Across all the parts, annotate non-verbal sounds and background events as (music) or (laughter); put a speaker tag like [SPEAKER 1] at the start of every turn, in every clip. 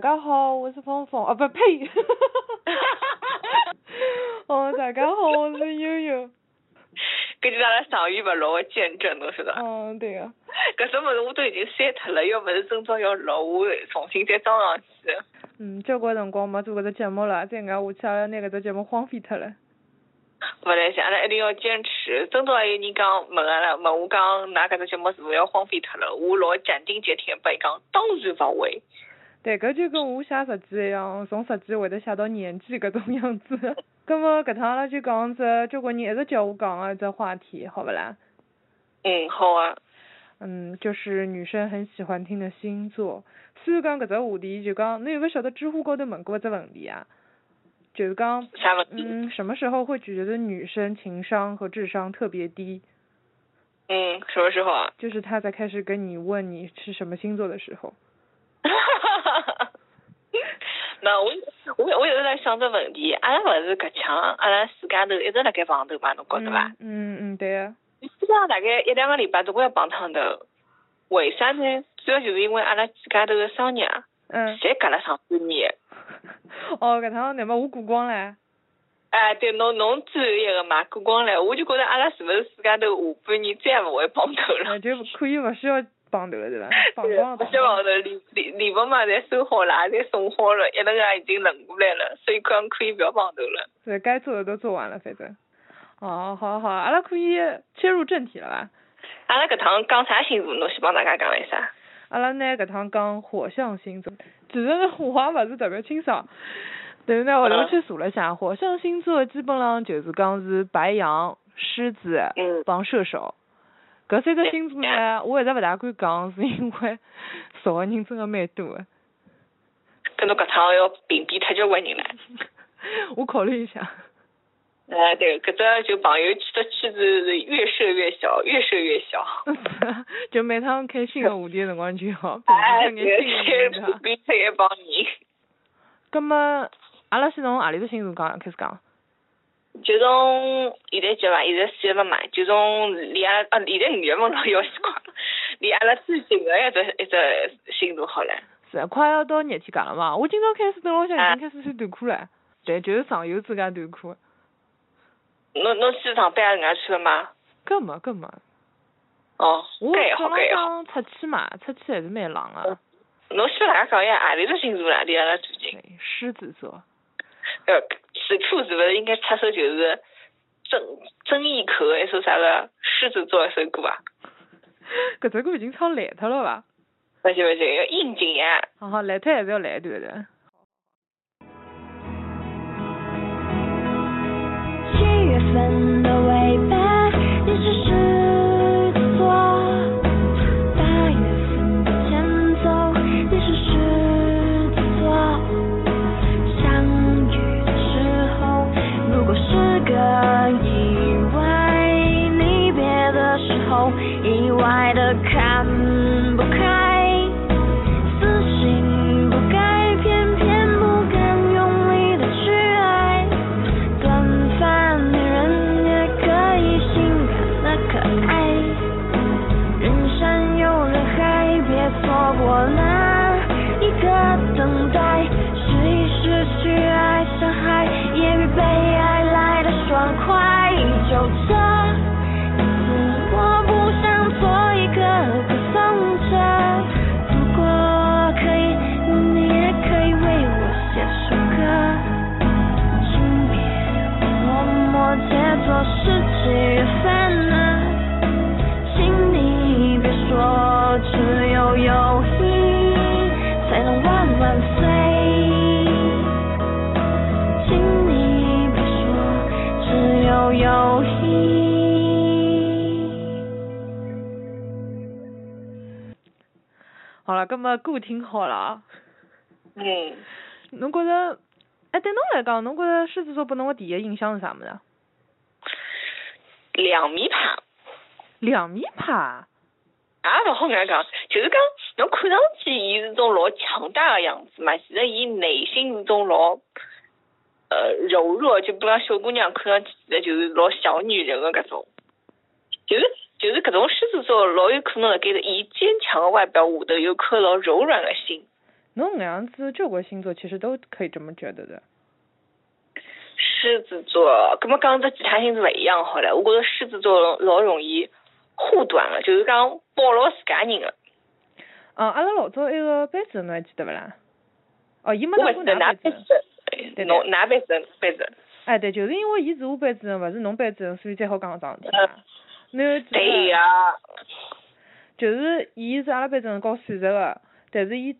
[SPEAKER 1] 家好，我是芳芳啊，不呸！ (laughs) 哦，大家好，我是悠悠。
[SPEAKER 2] 搿就阿拉上月勿录个见证，侬晓得伐？
[SPEAKER 1] 嗯，对个、
[SPEAKER 2] 搿种物事我都已经删脱了，要勿是今朝要录，我重新再装上去。
[SPEAKER 1] 嗯，交关辰光没做搿只节目了，再搿样下去阿拉拿搿只节目荒废脱了。
[SPEAKER 2] 勿来想，阿拉一定要坚持。今朝还有人讲问阿拉，问我讲，㑚搿只节目是勿是要荒废脱了？我老斩钉截铁地拨伊讲，当然勿会。
[SPEAKER 1] 对，搿就跟我写日记一样，从日记会得写到年纪搿种样子。葛末搿趟阿拉就讲只交关人一直叫我讲个一只话题，好勿啦？
[SPEAKER 2] 嗯，好啊。
[SPEAKER 1] 嗯，就是女生很喜欢听的星座。虽然讲搿只话题，就讲侬有勿晓得知乎高头问过搿只问题啊？就是讲，
[SPEAKER 2] 啥问题？
[SPEAKER 1] 嗯，什么时候会觉得女生情商和智商特别低？
[SPEAKER 2] 嗯，什么时候啊？
[SPEAKER 1] 就是她在开始跟你问你是什么星座的时候。
[SPEAKER 2] (laughs) 那我我我有在想这问题，阿拉勿是搿腔，阿拉暑假头一直辣盖碰头嘛，侬觉
[SPEAKER 1] 嗯
[SPEAKER 2] 着伐？
[SPEAKER 1] 嗯嗯，对啊。
[SPEAKER 2] 基本上大概一两个礼拜都会要碰趟头，为啥呢？主要就是因为阿拉自家头个生日啊，
[SPEAKER 1] 嗯。
[SPEAKER 2] 侪隔了上半年。
[SPEAKER 1] (laughs) 哦，搿趟乃末我过光唻。
[SPEAKER 2] 哎，对，侬侬最后一个嘛，过光了，我就觉着阿拉是勿是自家头下半年再也勿会碰头了
[SPEAKER 1] 呃，？就
[SPEAKER 2] (laughs)
[SPEAKER 1] 可以勿需要绑头了，对伐？绑
[SPEAKER 2] 对
[SPEAKER 1] 光了，
[SPEAKER 2] 不
[SPEAKER 1] 绑
[SPEAKER 2] 是
[SPEAKER 1] 光
[SPEAKER 2] 往
[SPEAKER 1] 了。
[SPEAKER 2] 头礼礼礼物嘛，侪收好了，也侪送好了，一轮也已经轮过来了，所以讲可以不要碰头了。
[SPEAKER 1] 对，该做的都做完了，反正。哦，好好，阿拉可以切入正题了伐？
[SPEAKER 2] 阿拉搿趟讲啥星座，侬先帮大家讲一下。
[SPEAKER 1] 阿拉呢搿趟讲火象星座，其实呢我也勿是特别清爽，但是呢后头去查了一下， (laughs) 火象星座基本上就是讲是白羊、狮子
[SPEAKER 2] 嗯，
[SPEAKER 1] 帮射手。搿三个星座 (laughs) 呢，我一直勿大敢讲，是因为 (laughs) 熟个人真个蛮多个，
[SPEAKER 2] 搿侬搿趟要屏蔽脱交关人了。
[SPEAKER 1] (laughs) 我考虑一下。 (laughs)
[SPEAKER 2] 哎，对，搿只就朋友圈的圈子是越设越小，越设越小。
[SPEAKER 1] 就每趟开新个话题个辰光就要 (laughs) 屏
[SPEAKER 2] 哎，
[SPEAKER 1] 蔽脱
[SPEAKER 2] 对，
[SPEAKER 1] 眼新
[SPEAKER 2] 开
[SPEAKER 1] 人
[SPEAKER 2] 始
[SPEAKER 1] 对
[SPEAKER 2] 屏
[SPEAKER 1] 伐？
[SPEAKER 2] 蔽脱一帮人，
[SPEAKER 1] 葛末阿拉先从何里只星座讲开始讲？
[SPEAKER 2] 就从现在几月嘛，现在四月份嘛，就从离阿拉啊，现在五月份了，要死快了，离阿拉最近的一只一只星座好了。
[SPEAKER 1] 是快要到热天介了嘛？我今朝开始等老向
[SPEAKER 2] 啊
[SPEAKER 1] 已经开始穿短裤了，对，就是上游自家短裤。
[SPEAKER 2] 侬侬去上班也搿能介穿了吗？
[SPEAKER 1] 搿没搿没，
[SPEAKER 2] 哦，
[SPEAKER 1] 我
[SPEAKER 2] 搿也好，
[SPEAKER 1] 早
[SPEAKER 2] 搿也好。
[SPEAKER 1] 浪向出去嘛，出去还是蛮冷啊个、
[SPEAKER 2] 嗯侬先大家讲一下何里只星座啦？离阿拉最近，
[SPEAKER 1] 对，哎狮子座， (laughs)
[SPEAKER 2] 呃，此处是勿是应该插首就是曾曾轶可的一首啥个狮子座一首歌啊？
[SPEAKER 1] 搿只歌已经唱烂脱了伐？
[SPEAKER 2] 勿行勿行，要应景啊呀。
[SPEAKER 1] 好好，烂脱还是要来一段的。
[SPEAKER 3] 七月份的尾巴，你是狮子座；八月份的前奏，你是狮子座。相遇的时候，如果是个意外，离别的时候，意外的看不开。死性不改，偏偏不敢用力的去爱。短发女人也可以性感的可爱，人山又人海，别错过那一个等待。试一试去爱，伤害也比被爱来的爽快。就这一次，我不想做一个歌颂者。如果可以，你也可以为我写首歌。请别默默借作是几月份啊？请你别说只有友谊才能万万岁，请你别说只有友谊。
[SPEAKER 1] 好了，葛末歌听好了啊。
[SPEAKER 2] 嗯，
[SPEAKER 1] 侬觉着，哎，对侬来讲，侬觉着狮子座拨侬个第一印象是啥物事？啊
[SPEAKER 2] 两面派。
[SPEAKER 1] 两面派啊，
[SPEAKER 2] 也勿好搿能讲，就是讲侬看上去伊是种老强大个样子嘛，其实伊内心是种老呃柔弱，就不讲小姑娘看上去其实就是老小女人个搿种，就是就是搿种狮子座老有可能辣盖伊坚强个外表下头有颗老柔软个心，
[SPEAKER 1] 侬搿样子交关星座其实都可以这么觉得的。
[SPEAKER 2] 狮子座，咁么讲只其他星座勿一样好了，我觉着狮子座老容易护短了，就是讲暴露自家人了。
[SPEAKER 1] 嗯，阿拉老早埃个班主任侬还记得勿啦？哦，伊没
[SPEAKER 2] 我
[SPEAKER 1] 当
[SPEAKER 2] 勿
[SPEAKER 1] 过
[SPEAKER 2] 记
[SPEAKER 1] 㑚
[SPEAKER 2] 得
[SPEAKER 1] 班
[SPEAKER 2] 哪
[SPEAKER 1] 主
[SPEAKER 2] 班
[SPEAKER 1] 任。
[SPEAKER 2] 主
[SPEAKER 1] 对
[SPEAKER 2] 任，侬哪班主任班主任？
[SPEAKER 1] 哎，对，就是因为伊是我班主任，勿是侬班主任，所以才好讲桩事体
[SPEAKER 2] 嗯
[SPEAKER 1] 嘛。侬记
[SPEAKER 2] 对
[SPEAKER 1] 得伐？
[SPEAKER 2] 呀、
[SPEAKER 1] 啊就是伊是阿拉班主任搞数学个，但是伊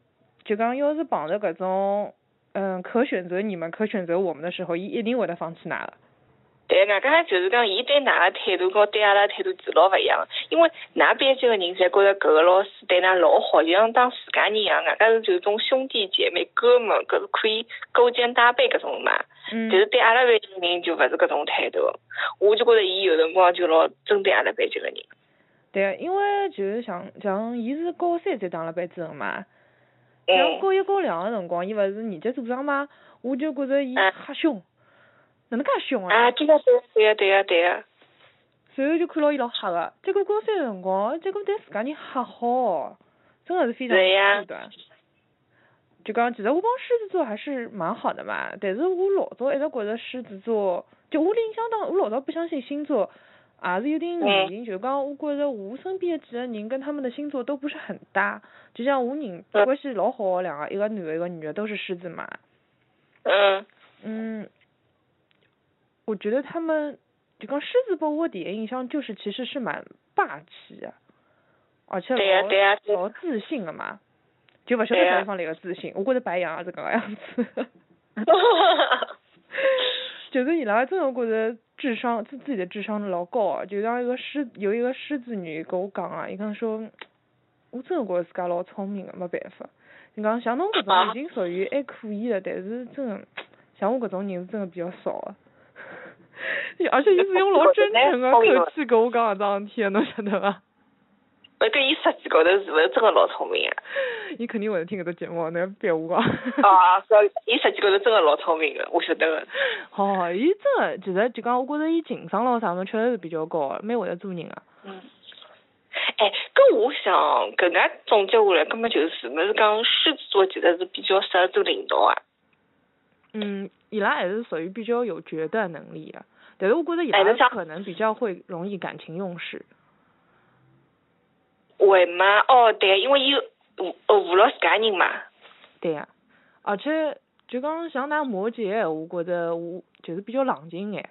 [SPEAKER 1] 就讲要是碰着搿种嗯可选择你们可选择我们的时候，伊一定会得放弃㑚个。
[SPEAKER 2] 对，外加就是讲，伊对㑚个态度和对阿拉态度是老勿一样，因为㑚班级个人侪觉着搿个老师对㑚老好，就像当自家人一样，外加是就是种兄弟姐妹、哥们，搿是可以勾肩搭背搿种嘛。
[SPEAKER 1] 嗯
[SPEAKER 2] 但。是对阿拉班级个人就勿是搿种态度，我就觉着伊有辰光就老针对阿拉班级个人。
[SPEAKER 1] 对个，因为就是像像伊是高三才当了班主任嘛，像
[SPEAKER 2] 嗯，
[SPEAKER 1] 高一高两个辰光，伊勿是年级组长嘛，我就觉着伊
[SPEAKER 2] 嗯
[SPEAKER 1] 瞎凶，哪能介凶
[SPEAKER 2] 啊，
[SPEAKER 1] 啊？
[SPEAKER 2] 对个对个对个对个对啊个，
[SPEAKER 1] 随后就看牢伊老瞎个，结果高三个辰光，结果对自家人瞎好，真个是非常
[SPEAKER 2] 对呀
[SPEAKER 1] 的短。就讲，其实我帮狮子座还是蛮好的嘛，但是我老早一直觉着狮子座，就我里向当，我老早不相信星座，也是有点
[SPEAKER 2] 嗯
[SPEAKER 1] 原因，就讲我觉着我身边的几个人跟他们的星座都不是很搭，就像我人
[SPEAKER 2] 嗯
[SPEAKER 1] 关系老好的两个，一个男的，一个女的，都是狮子嘛，
[SPEAKER 2] 嗯，
[SPEAKER 1] 嗯，我觉得他们就讲狮子拨我第一印象就是其实是蛮霸气的，而且
[SPEAKER 2] 对呀
[SPEAKER 1] 老
[SPEAKER 2] 对呀对呀
[SPEAKER 1] 老自信的嘛，就勿晓得
[SPEAKER 2] 对
[SPEAKER 1] 啥
[SPEAKER 2] 呀
[SPEAKER 1] 地方来个自信，我觉着白羊也是搿个样子，就是伊拉真的觉着智商自自己的智商老高啊，就像一个狮有一个狮子女跟我讲啊，伊讲说，我真的觉着自家老聪明的，没办法，你讲像侬搿种已经属于还可以的，但是真的像我搿种人是真的比较少的。 (laughs) 而且伊是用老真诚的口气跟我讲搿啊桩事体的，侬晓得啊伐？
[SPEAKER 2] 我呃对伊实际高头是勿是真个老聪明
[SPEAKER 1] (laughs)
[SPEAKER 2] 啊？
[SPEAKER 1] 伊肯定会得听搿只节目，侬要别我讲。
[SPEAKER 2] 啊，搿伊实际高头真个老聪明个，我晓得啊个。
[SPEAKER 1] (laughs) 哦，伊真的其实就讲，我觉着伊情商咯啥么，确实是比较高啊的，蛮会得做人个。
[SPEAKER 2] 嗯，哎，搿我想搿能介总结下来，根本就是勿是讲狮子座其实是比较适合做领导啊。
[SPEAKER 1] 嗯，伊拉还是属于比较有决断能力的，但是我觉得伊
[SPEAKER 2] 哎那
[SPEAKER 1] 拉
[SPEAKER 2] 像
[SPEAKER 1] 可能比较会容易感情用事。
[SPEAKER 2] 会嘛？哦，对，因为伊护呃护牢自家人嘛。
[SPEAKER 1] 对呀、而且就讲像㑚摩羯，我觉着我就是比较冷静眼，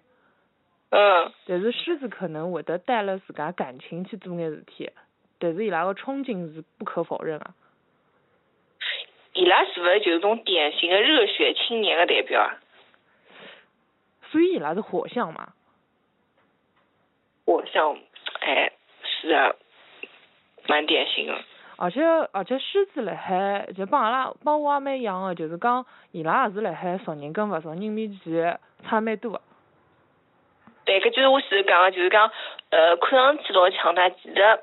[SPEAKER 2] 嗯，
[SPEAKER 1] 但是狮子可能会得带了自家感情去做眼事体，但是伊拉个冲劲是不可否认啊。
[SPEAKER 2] 伊拉是勿是就是种典型的热血青年的代表啊？
[SPEAKER 1] 所以伊拉是火象嘛，
[SPEAKER 2] 我想，哎，是啊，蛮典型的。
[SPEAKER 1] 而且而且狮子辣海就帮阿拉帮我也蛮像个，就是讲伊拉也是辣海熟人跟勿熟人面前差蛮多个。
[SPEAKER 2] 对，搿就是我前头讲个，就是讲，呃，看上去老强大，其实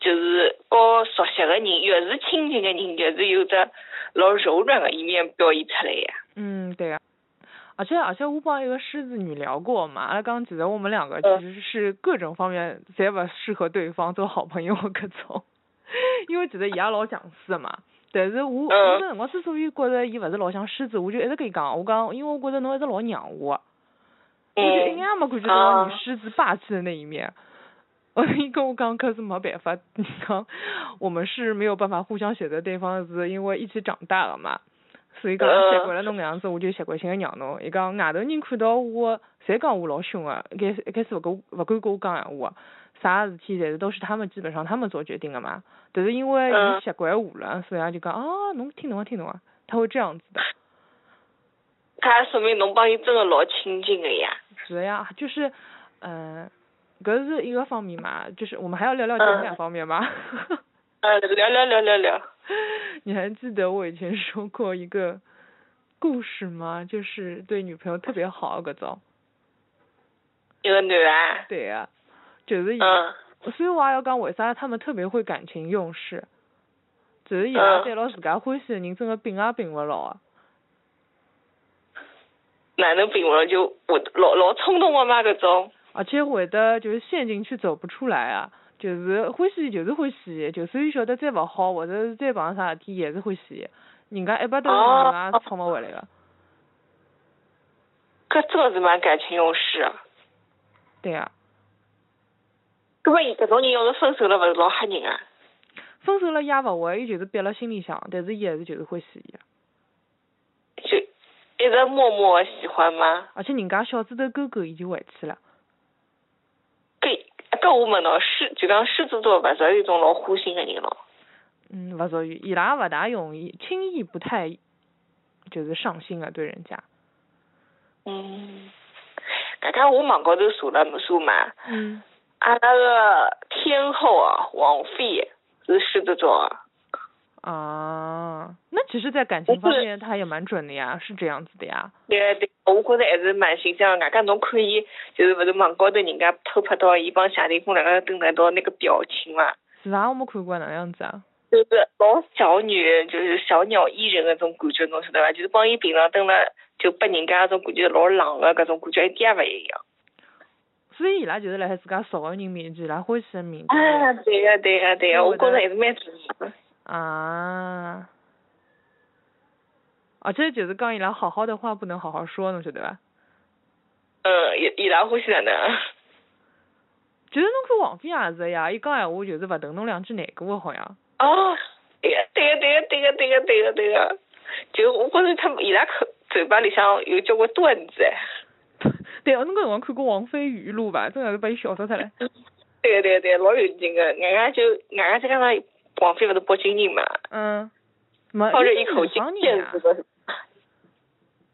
[SPEAKER 2] 就是和熟悉个人，越是亲近个人，越是有着老柔软个一面表现出来呀。
[SPEAKER 1] 嗯，对呀、而且而且我帮一个狮子女聊过嘛，阿拉讲其实我们两个
[SPEAKER 2] 嗯
[SPEAKER 1] 其实是各种方面侪勿适合对方做好朋友搿种， (laughs) 因为其实伊也老强势嘛。但是我我
[SPEAKER 2] 嗯
[SPEAKER 1] 搿辰光之所以觉着伊勿是老像狮子，我就一直跟伊讲，我讲因为我觉着侬一直老让我，我就一眼
[SPEAKER 2] 嗯，
[SPEAKER 1] 也没感觉到你
[SPEAKER 2] 啊
[SPEAKER 1] 狮子霸气的那一面。 (laughs) 我伊跟我讲，可是没办法，你讲我们是没有办法互相选择对方，是因为一起长大了嘛。所以讲
[SPEAKER 2] 嗯
[SPEAKER 1] 习惯了侬搿样子，我就习惯性个让侬。伊讲外头人看到我，侪讲我老凶啊个，一开始一开始勿跟我勿敢跟我讲闲话个，啥事体侪是都是他们基本上他们做决定个嘛。但是因为
[SPEAKER 2] 嗯
[SPEAKER 1] 伊习惯我了，所以啊就讲啊，侬听侬啊听侬啊，他会这样子的。
[SPEAKER 2] 搿也说明侬帮伊真个老亲近个呀。
[SPEAKER 1] 是的呀，就是，嗯、搿是一个方面嘛，就是我们还要聊聊情感
[SPEAKER 2] 嗯
[SPEAKER 1] 方面嘛。
[SPEAKER 2] 嗯，聊聊聊聊聊。
[SPEAKER 1] (laughs) 你还记得我以前说过一个故事吗？就是对女朋友特别好搿种。
[SPEAKER 2] 一个男啊，
[SPEAKER 1] 对呀、就是伊，
[SPEAKER 2] 嗯，
[SPEAKER 1] 所以我也要讲为啥他们特别会感情用事，就是伊拉
[SPEAKER 2] 嗯
[SPEAKER 1] 对牢自家欢喜的人，真的摒也摒勿牢啊。
[SPEAKER 2] 哪能评论就我老老冲动个嘛搿种。
[SPEAKER 1] 而且会得就是陷进去走不出来啊，就是欢喜就是欢喜，就算晓得再勿好或者是再碰上啥事体也是欢喜，人家一巴头让人家吵没回来个，
[SPEAKER 2] 搿真个是蛮感情用事啊。
[SPEAKER 1] 对啊。
[SPEAKER 2] 搿么伊搿种人要是分手了，勿是老吓人啊？
[SPEAKER 1] 分手了也勿会，伊就是憋辣心里想，但是伊还是就是欢喜伊个。
[SPEAKER 2] 就一直默默地喜欢吗？
[SPEAKER 1] 而且人家小指头勾勾，伊就回去了。
[SPEAKER 2] 搿搿我问喏，狮就讲狮子座勿属于一种老花心个人咯。
[SPEAKER 1] 嗯，勿属于，伊拉勿大容易，轻易不太就是上心个对人家。
[SPEAKER 2] 嗯。搿家我网高头查了查嘛，
[SPEAKER 1] 嗯。
[SPEAKER 2] 阿拉个天后啊，王菲是狮子座啊。
[SPEAKER 1] 啊，那其实，在感情方面，他也蛮准的呀，是这样子的呀。
[SPEAKER 2] 对对，我觉着还是蛮形象的。外加侬看伊，就是勿是网高头人家偷拍到伊帮谢霆锋两个人蹲在一道那个表情嘛，
[SPEAKER 1] 是伐？我没看过哪样子啊？
[SPEAKER 2] 就是老小女，就是小鸟依人的那种感觉，侬晓得伐？就是帮伊平常蹲了，就拨人家那种感觉老冷的搿种感觉一点也勿一样。
[SPEAKER 1] 所以伊拉就是辣海自家熟个人面前，伊拉欢喜个面前。
[SPEAKER 2] 啊，对个、对个、对个、
[SPEAKER 1] 对
[SPEAKER 2] 我觉
[SPEAKER 1] 的
[SPEAKER 2] 着还是蛮准的。
[SPEAKER 1] 啊。而且就是讲伊拉好好的话不能好好说，侬晓得伐？
[SPEAKER 2] 嗯，伊伊拉欢喜哪能啊？
[SPEAKER 1] 就是侬看王菲也是呀，伊讲闲话就是勿疼侬两句难过的好像。
[SPEAKER 2] 哦，对个对个对个对个对个对个对个，就我觉着他们伊拉口嘴巴里向有交关段子哎。
[SPEAKER 1] (laughs) 对，我侬搿辰光看过王菲语录伐？真个是把伊笑死
[SPEAKER 2] (laughs)
[SPEAKER 1] 脱了。
[SPEAKER 2] 哎对对对，老有劲个，人家就人家再加上王菲勿是北京人嘛，
[SPEAKER 1] 嗯。没。
[SPEAKER 2] 靠着
[SPEAKER 1] 伊
[SPEAKER 2] 一
[SPEAKER 1] 是
[SPEAKER 2] 口
[SPEAKER 1] 南
[SPEAKER 2] 京
[SPEAKER 1] 方人
[SPEAKER 2] 片
[SPEAKER 1] 呀
[SPEAKER 2] 子的，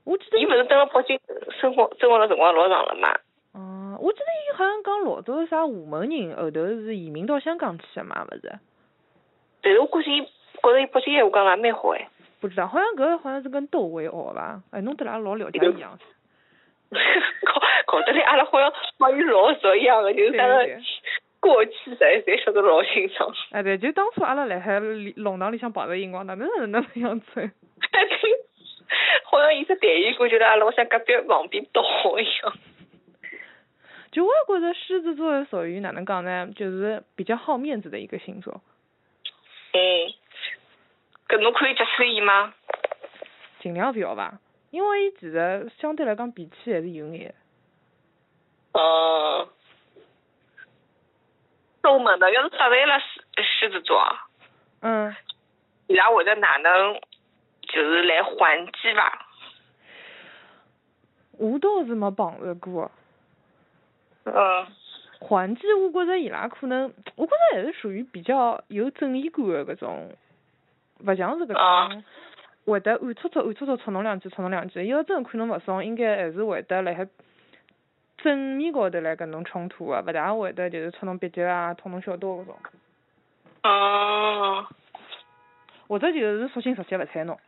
[SPEAKER 1] 我记得
[SPEAKER 2] 伊勿是蹲辣北京生活生活了辰光老长了嘛？
[SPEAKER 1] 哦，我记得伊好像讲老早是啥厦门人，后头是移民到香港去的嘛，勿是？
[SPEAKER 2] 但是我估计伊觉着伊北京闲话讲了也蛮好 (laughs) 哎。
[SPEAKER 1] 不知道，好像搿个好像是跟窦唯学的伐？哎，侬对伊拉老了解一样。
[SPEAKER 2] 搞搞得来阿拉好像帮伊老熟一样个，就是啥个
[SPEAKER 1] 对对
[SPEAKER 2] 过去侪侪晓得老清 (laughs) 爽。
[SPEAKER 1] 哎，对，就当初阿拉辣海里弄堂里向碰着伊辰光，哪能哪能那样子？ (laughs)
[SPEAKER 2] 好像伊只代言感觉得阿拉好像隔壁旁边倒一样。
[SPEAKER 1] 就我也觉着狮子座属于哪能讲呢？就是比较好面子的一个星座。
[SPEAKER 2] 嗯，搿侬可以接受伊吗？
[SPEAKER 1] 尽量不要吧，因为伊其实相对来讲脾气还是有眼。
[SPEAKER 2] 哦，那我问侬，要是得罪了狮狮子座，啊
[SPEAKER 1] 嗯，
[SPEAKER 2] 伊拉会得哪能就是来还击伐？
[SPEAKER 1] 我倒是没碰着过，
[SPEAKER 2] 嗯，
[SPEAKER 1] 环境我觉着伊拉可能，我觉着还是属于比较有正义感的搿种，勿像是搿种
[SPEAKER 2] 啊
[SPEAKER 1] 会得暗搓搓暗搓搓戳侬两句戳侬两句，伊要真看侬勿爽，应该还是会得辣海正面高头来跟侬冲突个，勿大会得就是戳侬鼻尖啊、捅侬小刀搿种，
[SPEAKER 2] 哦，
[SPEAKER 1] 或者就是索性直接勿睬侬。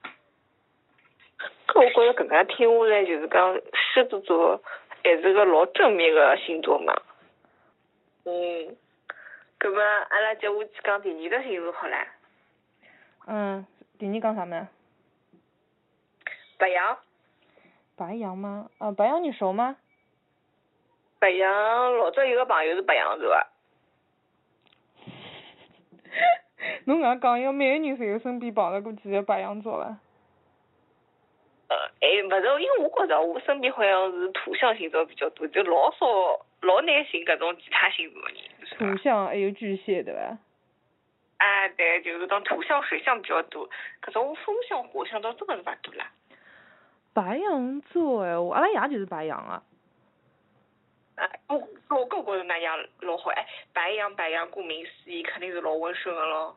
[SPEAKER 2] 搿我觉着搿能介听下来，就是讲狮子座还是个老正面个星座嘛。嗯，搿么阿拉接下去讲第二个星座好唻，
[SPEAKER 1] 嗯，第二讲啥呢？
[SPEAKER 2] 白羊。
[SPEAKER 1] 白羊吗？啊，白羊你熟吗？ (laughs)
[SPEAKER 2] 白羊老早有个朋友是白羊座的，
[SPEAKER 1] 侬搿样讲，要每个人侪有身边碰着过几个白羊座伐？
[SPEAKER 2] 呃，哎，勿是，因为我觉着我身边好像是土象星座比较多，就老少老难寻搿种其他星座的人。是吧
[SPEAKER 1] 土象还有巨蟹对伐？
[SPEAKER 2] 哎，对，就是讲土象、水象比较多，搿种风象、火象倒真的是勿多啦。
[SPEAKER 1] 白羊座哎，我阿拉爷就是白羊啊。
[SPEAKER 2] 啊，我我搿我觉着那样老好哎，白羊白羊顾名思义肯定是老温顺的咯。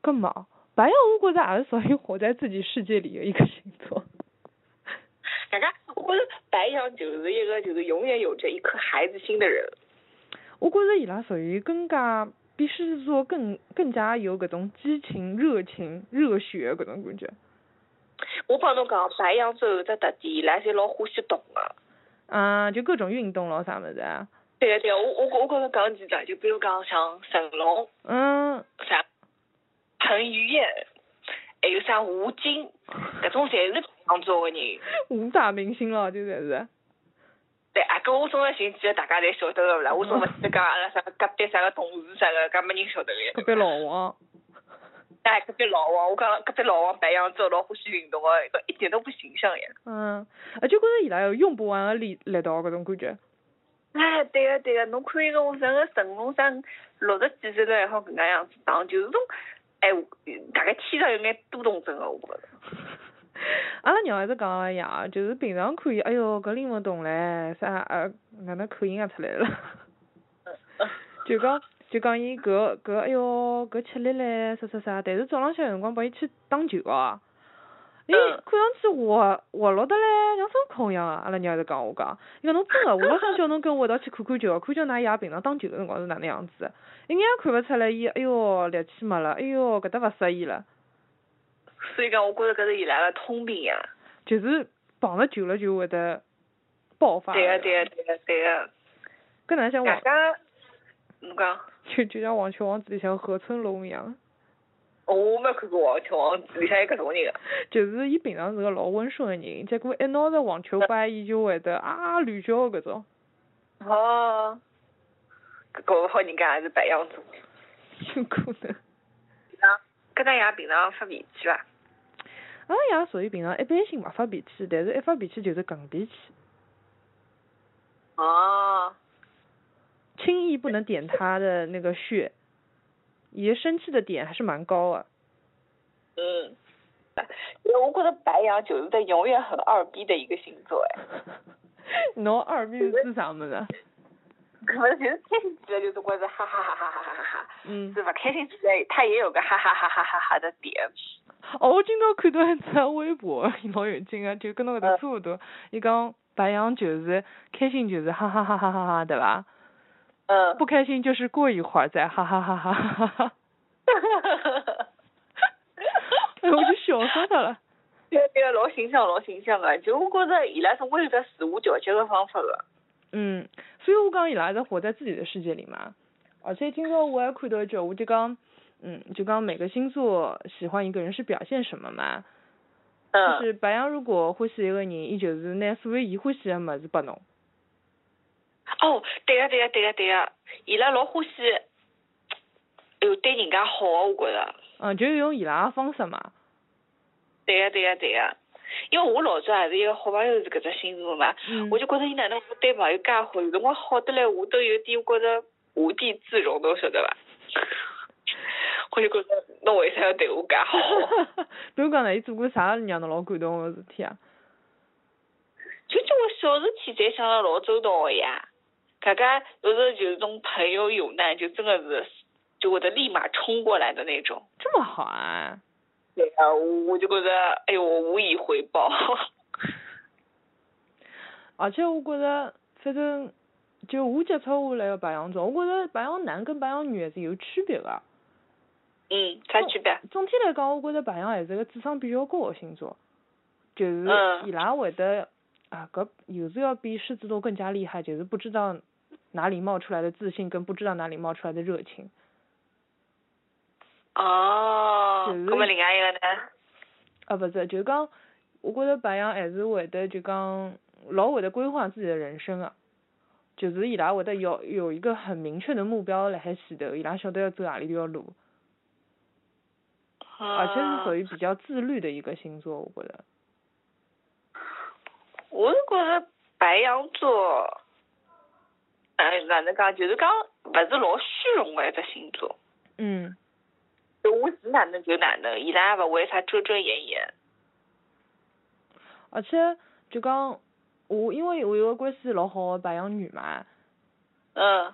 [SPEAKER 1] 干嘛？白羊我觉着也是属于活在自己世界里的一个星座。
[SPEAKER 2] 大家，我觉着白羊就是一个就是永远有着一颗孩子心的人。
[SPEAKER 1] 我觉着伊拉属于更加比狮子座更更加有搿种激情、热情、热血搿种感觉。
[SPEAKER 2] 我帮侬讲，白羊座有只特点，伊拉侪老欢喜动的、
[SPEAKER 1] 啊，就各种运动咯啥物事啊。
[SPEAKER 2] 对个对个，我我我觉着讲几只，就比如讲像成龙、
[SPEAKER 1] 嗯，
[SPEAKER 2] 啥彭于晏，还有啥吴京，搿种侪是白羊座的人。
[SPEAKER 1] 武打明星咯，就算是。
[SPEAKER 2] 对，啊，搿我总归寻几个大家侪晓得个勿啦？我总勿记得讲阿拉啥隔壁啥个同事啥个，搿没人晓得个
[SPEAKER 1] 隔
[SPEAKER 2] 呀。
[SPEAKER 1] 壁老王。
[SPEAKER 2] 哎，搿只老王，我讲搿只老王白羊座老欢喜运动个，搿一点都不形象呀。
[SPEAKER 1] 嗯，而且觉着伊拉有用不完个力力道搿种感觉。
[SPEAKER 2] 哎，对个对个，侬看伊个我整个成龙啥六十几岁了还好搿能样子打，就是种哎，大概天上有眼多动症个，我觉着。
[SPEAKER 1] (laughs) 阿拉娘一直讲个哎呀，就是平常看伊，哎哟，搿拎勿动唻，啥呃，哪能口音也出来了。 (laughs) 就讲就讲伊搿搿哎哟搿吃力唻啥啥啥，但是早浪向有辰光帮伊去打球啊，伊
[SPEAKER 2] 嗯
[SPEAKER 1] 看上去活活络得来像孙悟空一样啊！阿拉娘一直讲我讲，伊讲侬真个，我老想叫侬跟我一道去看看球啊，看叫㑚爷平常打球个辰光是哪能样子，一眼也看勿出来伊哎哟力气没了，哎哟搿搭勿适意了，
[SPEAKER 2] 所以讲，我觉着搿是伊拉个通病呀、
[SPEAKER 1] 就是碰着久了就会得爆发。
[SPEAKER 2] 对个、啊对个、对个、对个、
[SPEAKER 1] 搿哪像
[SPEAKER 2] 大
[SPEAKER 1] 王
[SPEAKER 2] 家，侬讲，
[SPEAKER 1] 就就像《网球王子》里向何春龙一样，
[SPEAKER 2] 哦我没看过《王球王子》，里向有搿种人个。
[SPEAKER 1] 就是伊平常是个老温顺个人，结果一拿着网球拍，伊就会得啊乱叫搿种。
[SPEAKER 2] 哦，搿搞勿好人家也是白羊座。
[SPEAKER 1] 有可能。
[SPEAKER 2] 搿搭爷平常发脾气伐？
[SPEAKER 1] 阿拉啊爷属于平常一般性勿发脾气，但是一发脾气就是梗脾气，
[SPEAKER 2] 哦，
[SPEAKER 1] 轻易不能点他的那个穴。爷生气的点还是蛮高 (laughs) 啊，
[SPEAKER 2] 嗯。因为我觉得白羊就是在永远很二逼的一个星座哎，
[SPEAKER 1] 侬二逼是指啥么子？啊
[SPEAKER 2] 可能就是开心起来就是觉着哈哈哈哈哈哈哈哈，
[SPEAKER 1] 嗯
[SPEAKER 2] 是，吧？开心起来他也有个哈哈哈哈哈哈的点，
[SPEAKER 1] (laughs) 哦，我今朝看到一只微博， (laughs) 老有劲啊，就跟侬搿搭差勿多。伊讲白羊就是开心就是哈哈哈哈哈哈，对伐？
[SPEAKER 2] 嗯， (laughs)
[SPEAKER 1] 不开心就是过一会儿再哈哈哈哈哈哈。 (laughs) 哎，我就笑死他了。
[SPEAKER 2] (laughs) 对对，老形象，老形象啊个。就我觉着伊拉总归有得自我调节个方法个。
[SPEAKER 1] 嗯，所以我讲伊拉在活在自己的世界里嘛。而且今朝我还看到一句，我就讲，嗯，就讲每个星座喜欢一个人是表现什么嘛。
[SPEAKER 2] 嗯，
[SPEAKER 1] 就是白羊如果欢喜一个人，伊就是拿所有伊欢喜的物事拨侬。
[SPEAKER 2] 哦，对个、对个、对个、对个、啊伊拉老欢喜，哎哟，对人家好个，我觉着。
[SPEAKER 1] 嗯，就是用伊拉的方式嘛。
[SPEAKER 2] 对啊个、对个、对个、因为我老早也是一个好朋友是搿只星座嘛，
[SPEAKER 1] 嗯
[SPEAKER 2] 我就觉着伊哪能会对朋友介好，有辰光好得来我都有点觉着无地自容，侬晓得伐？ (laughs) 我就觉着侬为啥要对我介好？
[SPEAKER 1] (laughs) 比如讲呢，伊做过啥让侬老感动的事体啊？
[SPEAKER 2] 就交关小事体侪想了老周到个呀。大家有时候就是种朋友有难，就真的是就会得立马冲过来的那种。
[SPEAKER 1] 这么好啊？
[SPEAKER 2] 对啊，我我就觉得，哎呦，我无以回报。 (laughs)
[SPEAKER 1] 而且我觉着，反正就我接触下来个白羊座，我觉着白羊男跟白羊女还是有区别个。
[SPEAKER 2] 嗯，啥区别？
[SPEAKER 1] 总体来讲，我觉着白羊还是个智商比较高的星座，就是
[SPEAKER 2] 嗯
[SPEAKER 1] 伊拉会得啊，搿有时要比狮子座更加厉害，就是不知道哪里冒出来的自信，跟不知道哪里冒出来的热情。
[SPEAKER 2] 哦，
[SPEAKER 1] 就是
[SPEAKER 2] 那么另外一个呢？
[SPEAKER 1] 啊，不是，就是讲，我觉着白羊还是会得就讲老会得规划自己的人生啊，就是伊拉会得有有一个很明确的目标辣海前头，伊拉晓得要走何里条路，
[SPEAKER 2] 啊
[SPEAKER 1] 而且是属
[SPEAKER 2] 于。
[SPEAKER 1] 于比较自律的一个星座，我觉得。
[SPEAKER 2] 嗯我是觉着白羊座，哎，哪能讲？就是讲，勿是老虚荣个一只星座。
[SPEAKER 1] 嗯，
[SPEAKER 2] 就我是哪能就哪能，伊拉也勿会啥遮遮掩掩。
[SPEAKER 1] 而且就讲我因为我有个关系老好的白羊女嘛，
[SPEAKER 2] 嗯。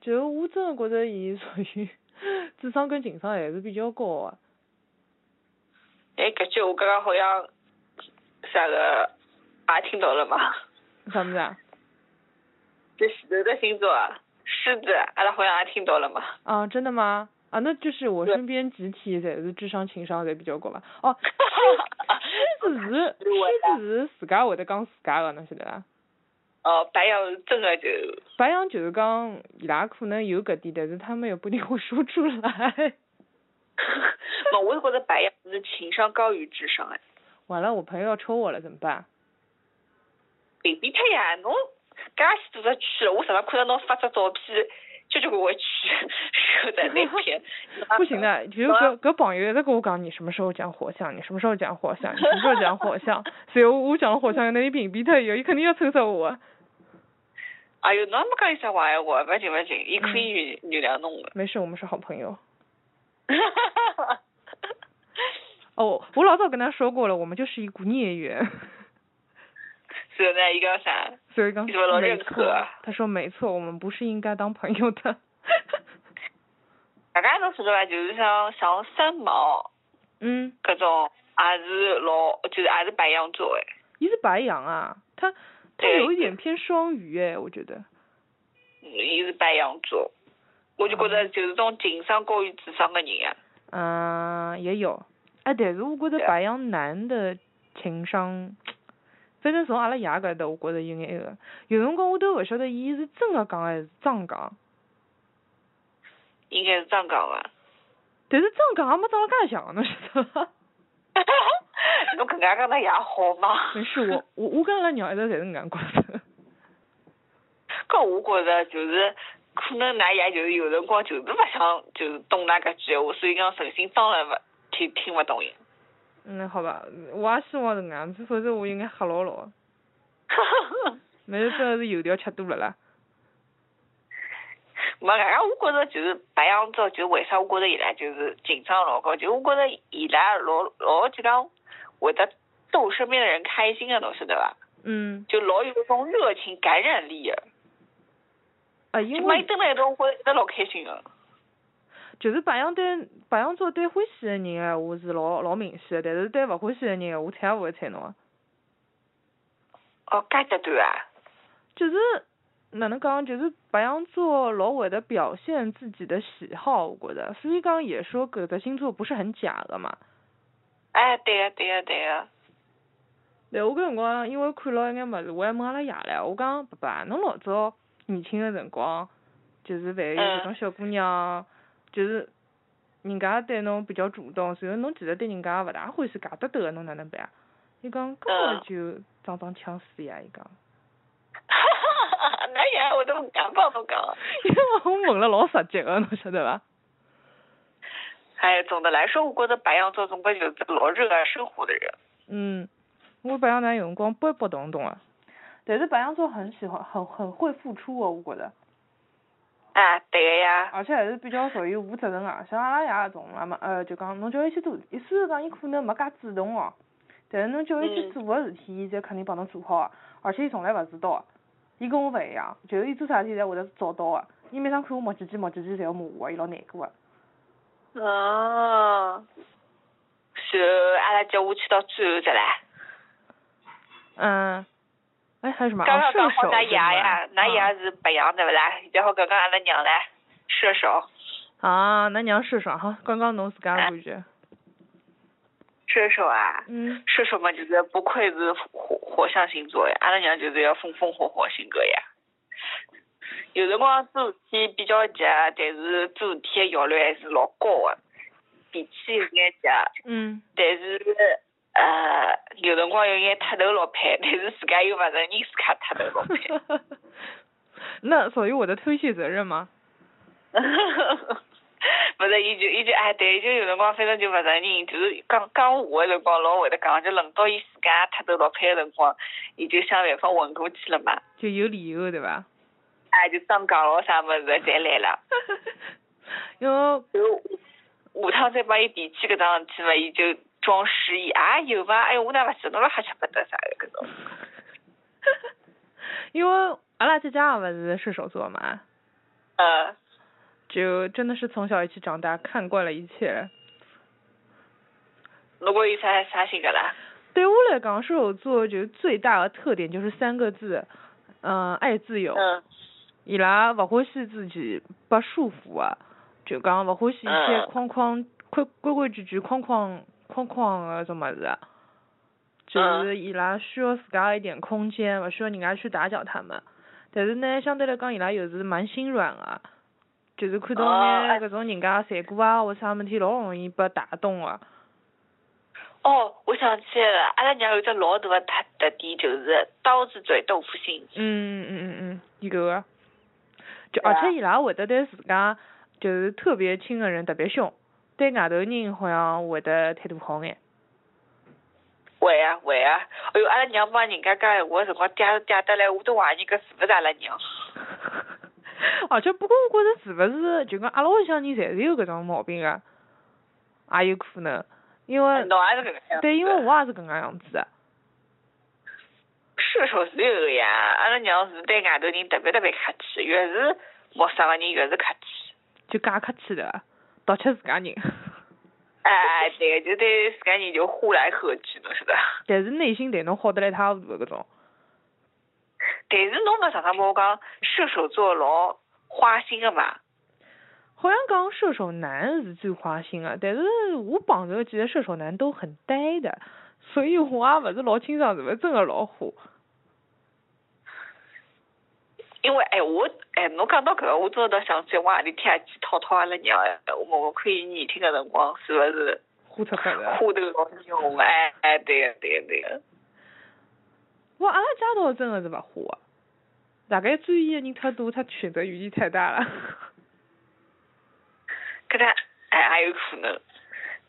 [SPEAKER 1] 就是我真的觉着伊属于智商跟情商还是比较高的、
[SPEAKER 2] 哎，搿句我刚刚好像啥个也听到了嘛， (laughs)
[SPEAKER 1] 啥么子啊？
[SPEAKER 2] 就前头的星座啊狮子，阿拉好像也听到了嘛。
[SPEAKER 1] 啊，真的吗？啊，那就是我
[SPEAKER 2] 对
[SPEAKER 1] 身边集体侪是智商、情商侪比较高吧？哦，狮子是
[SPEAKER 2] 哦是我
[SPEAKER 1] 狮
[SPEAKER 2] 的
[SPEAKER 1] 子是自家会得讲自家个，侬晓得伐？ (laughs)
[SPEAKER 2] 哦，白羊是真的就，
[SPEAKER 1] 白羊就是讲伊拉可能有搿点，但是他们也不一定会说出来。 (laughs)
[SPEAKER 2] 嘛，我是觉得白羊是情商高于智商哎。
[SPEAKER 1] 完了，我朋友要抽我了，怎么办？。
[SPEAKER 2] 随便脱呀，侬介许多只区了，我怎么看到侬发只照片，这就给我气射 (laughs) 在那边
[SPEAKER 1] 不行的，比如搿搿朋友一直跟我讲，你什么时候讲火象，你什么时候讲火象， (laughs) 你什么时候讲火象，随后我讲火象，那伊屏蔽脱以后，伊肯定要抽杀我的。
[SPEAKER 2] 哎哟，侬也没讲有啥坏闲话，勿紧勿紧，伊可以原
[SPEAKER 1] 嗯
[SPEAKER 2] 原谅侬的。 (laughs)
[SPEAKER 1] 没事，我们是好朋友。
[SPEAKER 2] 哈，
[SPEAKER 1] 哦，我老早跟他说过了，我们就是一股孽缘。 (laughs)
[SPEAKER 2] 是呢，伊讲啥？
[SPEAKER 1] 所以刚
[SPEAKER 2] 你怎么老
[SPEAKER 1] 没
[SPEAKER 2] 认
[SPEAKER 1] 错
[SPEAKER 2] 可啊，
[SPEAKER 1] 他说没错，我们不是应该当朋友的。 (laughs)
[SPEAKER 2] 大家侬晓得伐？就是像像三毛
[SPEAKER 1] 嗯，
[SPEAKER 2] 搿种，也是老，就是也是白羊座诶。
[SPEAKER 1] 一是白羊啊，他他
[SPEAKER 2] 对
[SPEAKER 1] 有一点偏双鱼哎，我觉得。
[SPEAKER 2] 嗯伊是白羊座，我就觉着就是种情商高于智商的人啊。
[SPEAKER 1] 嗯、也有。哎，但是我觉得
[SPEAKER 2] 对啊
[SPEAKER 1] 白羊男的情商，反正从阿拉爷搿搭，我觉着有眼那个。有辰光我都勿晓得伊是真个讲还是装讲，
[SPEAKER 2] 应该是这样讲啊 (laughs) 的。
[SPEAKER 1] 但是真讲也没长得介像，侬晓得伐？
[SPEAKER 2] 侬搿能介讲那也好嘛。
[SPEAKER 1] 没事，
[SPEAKER 2] (laughs)
[SPEAKER 1] 我。我我跟阿拉娘一直侪是搿能觉着。
[SPEAKER 2] 搿我觉着就是，可能㑚爷就是有辰光就是勿想就是懂㑚搿句闲话，所以讲诚心装了勿听听勿懂伊。
[SPEAKER 1] (laughs) 嗯，好吧，我也希望是搿样子，否则我应该吓牢牢。没事，真的是油条吃多了啦。
[SPEAKER 2] (laughs) 没，外加我觉着就是白羊座，就是为啥我觉着伊拉就是情商老高，就是我觉着伊拉老老就讲会得逗身边的人开心的，侬晓得伐？
[SPEAKER 1] 嗯，
[SPEAKER 2] 就老有一种热情感染力的。
[SPEAKER 1] 啊，因
[SPEAKER 2] 就万一
[SPEAKER 1] 为
[SPEAKER 2] 蹲辣一道，我会一啊直老开心的。
[SPEAKER 1] 就是白羊对白羊座对欢喜的人闲话是老老明显的，但是对勿欢喜的人闲话睬也勿会睬侬啊。
[SPEAKER 2] 哦，介极端啊！
[SPEAKER 1] 就是哪能讲，就是白羊座老会得表现自己的喜好，我觉得，所以讲也说搿个星座不是很假的嘛。
[SPEAKER 2] 哎，对个、对个、对啊个、
[SPEAKER 1] 对，我搿辰光因为看牢一眼物事，我还问阿拉爷唻，我讲爸爸，侬老早年轻个辰光，就是万一搿种小姑娘，就是人家对侬比较主动，然后侬其实对人家勿大欢喜夹得头个，侬哪能办啊？伊讲根本
[SPEAKER 2] 嗯
[SPEAKER 1] 就装装腔死呀，伊讲，
[SPEAKER 2] 哈哈， (laughs) 那也我都不敢帮侬讲。
[SPEAKER 1] 因为我问了老直接个，侬晓得伐？
[SPEAKER 2] 哎，总的来说，我觉得白羊座总归就是老热爱生活的人。
[SPEAKER 1] 嗯，我白羊男有辰光波波动动个，但是白羊座很喜欢，很很会付出哦个，我觉得。
[SPEAKER 2] 哎，对个呀。
[SPEAKER 1] 而且还是比较属于负责任啊，像阿拉爷搿种啊嘛，呃，就讲侬叫伊去做，伊虽然讲伊可能没介主动哦，但是侬叫伊去
[SPEAKER 2] 嗯
[SPEAKER 1] 做个事体，伊侪肯定帮侬做好啊，而且伊从来勿迟到啊，伊跟我勿一样，就是伊做啥事体侪会得早到啊，伊每趟看我磨叽叽磨叽叽，侪要骂我啊，伊老难过啊。
[SPEAKER 2] 哦。是阿拉接下去到最后一只啦。
[SPEAKER 1] 嗯，哎，还有什么？
[SPEAKER 2] 刚
[SPEAKER 1] 啊
[SPEAKER 2] 刚
[SPEAKER 1] 射
[SPEAKER 2] 讲
[SPEAKER 1] 手
[SPEAKER 2] 好㑚
[SPEAKER 1] 是
[SPEAKER 2] 爷
[SPEAKER 1] 吗
[SPEAKER 2] 呀，㑚
[SPEAKER 1] 啊
[SPEAKER 2] 爷是白羊对勿啦？然后刚刚阿拉娘嘞，射手，
[SPEAKER 1] 啊，那娘是啥？好，刚刚侬自家
[SPEAKER 2] (laughs)
[SPEAKER 1] 感觉，
[SPEAKER 2] 射手啊。
[SPEAKER 1] 嗯，
[SPEAKER 2] 射手嘛，就是不愧是火火象星座呀，阿拉娘就是要风风火火性格呀。有辰光做事体比较急，啊但是做事体的效率还是老高的，脾气有眼急，啊
[SPEAKER 1] 嗯， (laughs)
[SPEAKER 2] 但是呃有辰光有眼秃头老派，但是自家又勿承认自家秃头老派。
[SPEAKER 1] 那所以我的推卸责任吗？
[SPEAKER 2] 勿是，伊就伊就哎，对，伊就有辰光反正就勿承认，就是讲讲我的辰光老会得讲，就轮到伊自家秃头老派的辰光，伊就想办法混过去了嘛。
[SPEAKER 1] 就有理由对吧？
[SPEAKER 2] 哎，就上岗咯，啥物事侪来了。
[SPEAKER 1] (laughs) 因为
[SPEAKER 2] 下趟再帮伊提起搿桩事体嘛，伊就装失忆啊，有伐？哎哟，我哪勿晓得了，瞎七八搭啥的搿种。
[SPEAKER 1] 因为阿拉姐姐也勿是射手座嘛，
[SPEAKER 2] 嗯，
[SPEAKER 1] 就真的是从小一起长大，看惯了一切。
[SPEAKER 2] 如果有啥啥性格啦？
[SPEAKER 1] 对我来讲，射手座就是最大的特点就是三个字，嗯、爱自由。
[SPEAKER 2] 嗯
[SPEAKER 1] 伊拉勿欢喜自己被束缚啊，就讲勿欢喜一些
[SPEAKER 2] 嗯
[SPEAKER 1] 框框、规规规矩矩、框框框框个种物事啊，就是伊拉需要自家一点空间，勿需要人家去打搅他们。但是呢，相对来讲，伊拉又是蛮心软啊，就是看到
[SPEAKER 2] 哦
[SPEAKER 1] 眼
[SPEAKER 2] 哎
[SPEAKER 1] 搿种人家残酷啊或者啥物事，老容易被打动啊。
[SPEAKER 2] 哦，我想起来了，阿拉娘有只老大的特特点，就是刀子嘴豆腐心。
[SPEAKER 1] 嗯嗯嗯嗯，有个。就
[SPEAKER 2] 对
[SPEAKER 1] 而
[SPEAKER 2] 啊
[SPEAKER 1] 且伊拉会得对自家就是特别亲的人特别凶，对外头人好像会得态度好眼。
[SPEAKER 2] 会啊会啊，哎哟，阿拉娘帮人家讲闲话的辰光嗲嗲得来，我都怀疑搿是勿是阿拉娘。
[SPEAKER 1] 而且不过我觉着是勿是就讲阿拉屋里向人侪是有搿种毛病个、也有可能，因为
[SPEAKER 2] 侬也是搿个样。
[SPEAKER 1] 嗯对，因为。我也是搿能样子的。
[SPEAKER 2] 是说是有个呀，阿拉娘是对外头人特别特别客气，越是陌生个人越是客气。
[SPEAKER 1] 就假客气的，盗窃自家人。
[SPEAKER 2] 哎，对，就对自家人就呼来喝去，侬晓得。
[SPEAKER 1] 但是内心对侬好得来一塌糊涂的搿种，
[SPEAKER 2] 但是侬勿常常跟我讲，射手座老花心个嘛？
[SPEAKER 1] 好像讲射手男是最花心的，但是我碰着的几个射手男都很呆的，所以我也勿是老清爽是勿是真的老虎。
[SPEAKER 2] 因为哎，我哎，侬讲到搿个，我真的倒想起我何里天也去讨讨阿拉娘，哎我问问看伊年轻个辰光是勿是
[SPEAKER 1] 呼 (laughs) 出发的。
[SPEAKER 2] 花头老牛？哎哎，对个对个对个。
[SPEAKER 1] 哇，阿拉家倒真的是勿花的，大概追伊的人太多，他选择余地太大了。 (laughs)
[SPEAKER 2] 搿搭哎也有可能。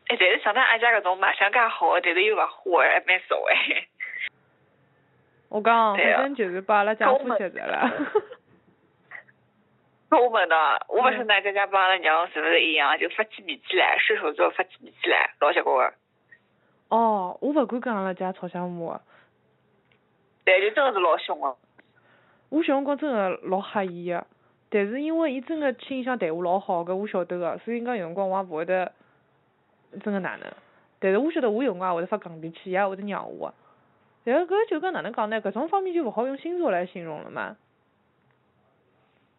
[SPEAKER 2] 哎，但是像咱俺家搿种卖相介好的，但是又勿花的，还蛮少哎。 (laughs)
[SPEAKER 1] 我讲，
[SPEAKER 2] 对啊
[SPEAKER 1] 反正就是把阿拉家拖欠着了。 (laughs)
[SPEAKER 2] 那我问呢，我勿晓得俺家家帮阿拉娘是勿是一样，就发起脾气来，射手座发起脾气来，老结棍个。
[SPEAKER 1] 哦，我勿敢跟阿拉家吵相骂的，
[SPEAKER 2] 对，就真的是老凶啊个。
[SPEAKER 1] 我小辰光真的老吓伊个，但是因为伊真的倾向对我老好个，搿我晓得个，所以讲有辰光我也勿会得真个哪能。但是我晓得我有辰光也会得发戆脾气，伊也会得让我个。但是搿就讲哪能讲呢？搿种方面就勿好用星座来形容了嘛。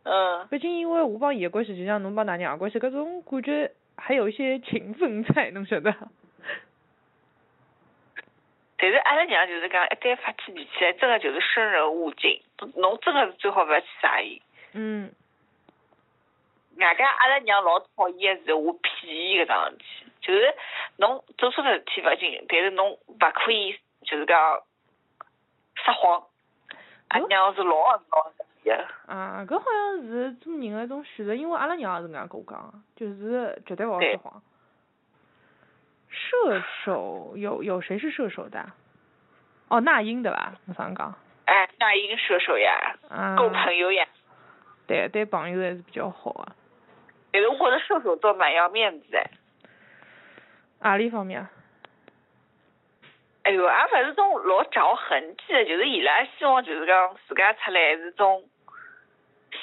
[SPEAKER 2] 嗯，
[SPEAKER 1] 毕竟因为我帮伊个关系，就像侬帮㑚娘个关系，搿种感觉还有一些情分在，侬晓得？
[SPEAKER 2] 但是阿拉娘就是讲，一旦发起脾气来，真的就是生人勿近。侬真的是最好勿要去杀伊。
[SPEAKER 1] 嗯，
[SPEAKER 2] 外加阿拉娘老讨厌的是我骗伊搿桩事体，就是侬做错了事体勿行，但是侬勿可以就是讲撒谎。阿拉娘是老老气个，
[SPEAKER 1] 啊，搿好像是做人个一种选择，因为阿拉娘也是搿能介跟我讲的，就是绝对勿好
[SPEAKER 2] 对
[SPEAKER 1] 说谎。射手有有谁是射手的啊？哦，那英对伐？我上讲，
[SPEAKER 2] 哎，那一个射手呀，
[SPEAKER 1] 啊，
[SPEAKER 2] 够朋友呀。
[SPEAKER 1] 对对，朋友还是比较好个、啊。
[SPEAKER 2] 但是我觉着射手座蛮要面子的，
[SPEAKER 1] 何里方面啊？
[SPEAKER 2] 哎哟，也勿是种老找痕迹的，就是伊拉希望就是讲自家出来是种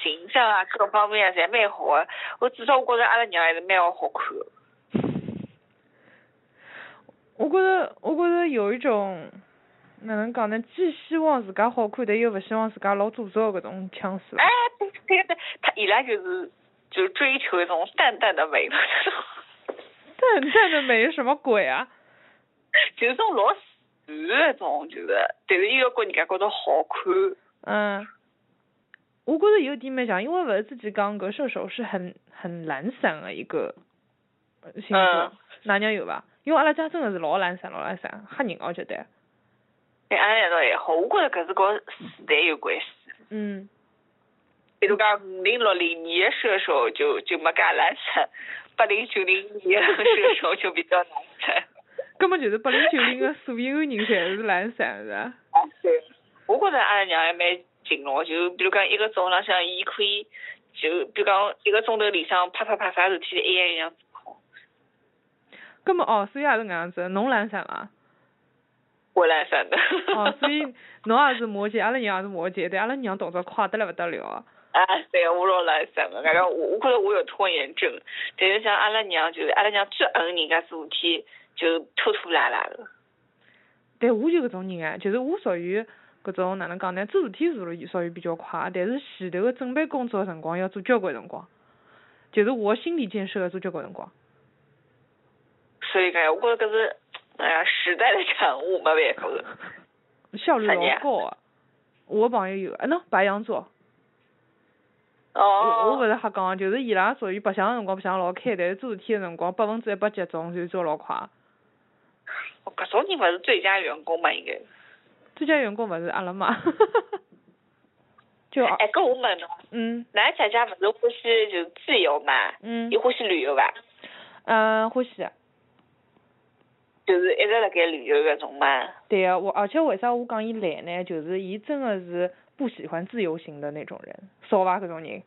[SPEAKER 2] 形象啊，各方面啊侪蛮好的。我至少我觉着阿拉娘还是蛮好看的。
[SPEAKER 1] 我觉着，我觉着有一种哪能讲呢？既希望自家好看，但又勿希望自家老做作的搿种腔势吧。 (laughs)
[SPEAKER 2] 哎，对对对，他伊拉就是就是追求一种淡淡的美， (laughs)
[SPEAKER 1] 淡淡的美是什么鬼啊？
[SPEAKER 2] 就是种老自然的种，就是，但是又要跟人家觉得好看。
[SPEAKER 1] 嗯，我觉着有点蛮像，因为勿是自己讲搿射手是很很懒散的一个呃星座
[SPEAKER 2] 嗯，
[SPEAKER 1] 哪娘有伐？因为阿拉家真的是老懒散，老懒散，吓人哦，绝对。
[SPEAKER 2] 哎，俺那倒也好，我觉着搿是跟时代有关系。
[SPEAKER 1] 嗯，
[SPEAKER 2] 比如讲，五零六零年的射手就就没介懒散，八零九零年的射手就比较懒散。
[SPEAKER 1] 根本就是八零九零的所有人侪是懒散的。
[SPEAKER 2] (laughs) 啊，对。我觉着阿拉娘还蛮勤劳，就比如讲一个早浪向，伊可以就比如讲一个钟头里向啪啪啪啥事体一样一样做好。
[SPEAKER 1] 根本哦，所以也是搿样子，侬懒散伐？
[SPEAKER 2] 我懒散的。 (laughs)
[SPEAKER 1] 哦，所以 (laughs) 侬也是摩羯，阿拉娘也是摩羯，但阿拉娘动作快得来勿得了。
[SPEAKER 2] 啊，对，我老懒散的。外加我我觉着我有拖延症，但是像阿拉娘就是阿拉娘最恨人家做事体就拖拖拉拉的。
[SPEAKER 1] 但我就搿种人哎，就是我属于搿种哪能讲呢？做事体属于属于比较快，但是前头个准备工作个辰光要做交关辰光，就是我心理建设要做交关辰光。
[SPEAKER 2] 所以讲呀，我觉着搿是哎呀时代的产物，没办法的。
[SPEAKER 1] 效率
[SPEAKER 2] 啥
[SPEAKER 1] 老
[SPEAKER 2] 人啊
[SPEAKER 1] 高啊！我朋友有，哎喏，白羊座，我我勿
[SPEAKER 2] 哦，
[SPEAKER 1] 是瞎讲啊，就是伊拉属于白相个辰光白相老开，但是做事体个辰光百分之一百集中，就做老快。
[SPEAKER 2] 我哦搿种人勿是最佳员工嘛，应该。
[SPEAKER 1] 最佳员工勿是阿拉嘛？ (laughs) 就啊
[SPEAKER 2] 哎，搿我问侬，
[SPEAKER 1] 嗯
[SPEAKER 2] 㑚姐姐勿是欢喜就自由嘛，
[SPEAKER 1] 嗯
[SPEAKER 2] 伊欢喜旅游伐？
[SPEAKER 1] 嗯，欢喜啊。
[SPEAKER 2] 就是一直辣盖旅游搿种嘛。
[SPEAKER 1] 对啊，我而且为啥我讲伊懒呢？就是伊真的是不喜欢自由行的那种人，少伐搿种人？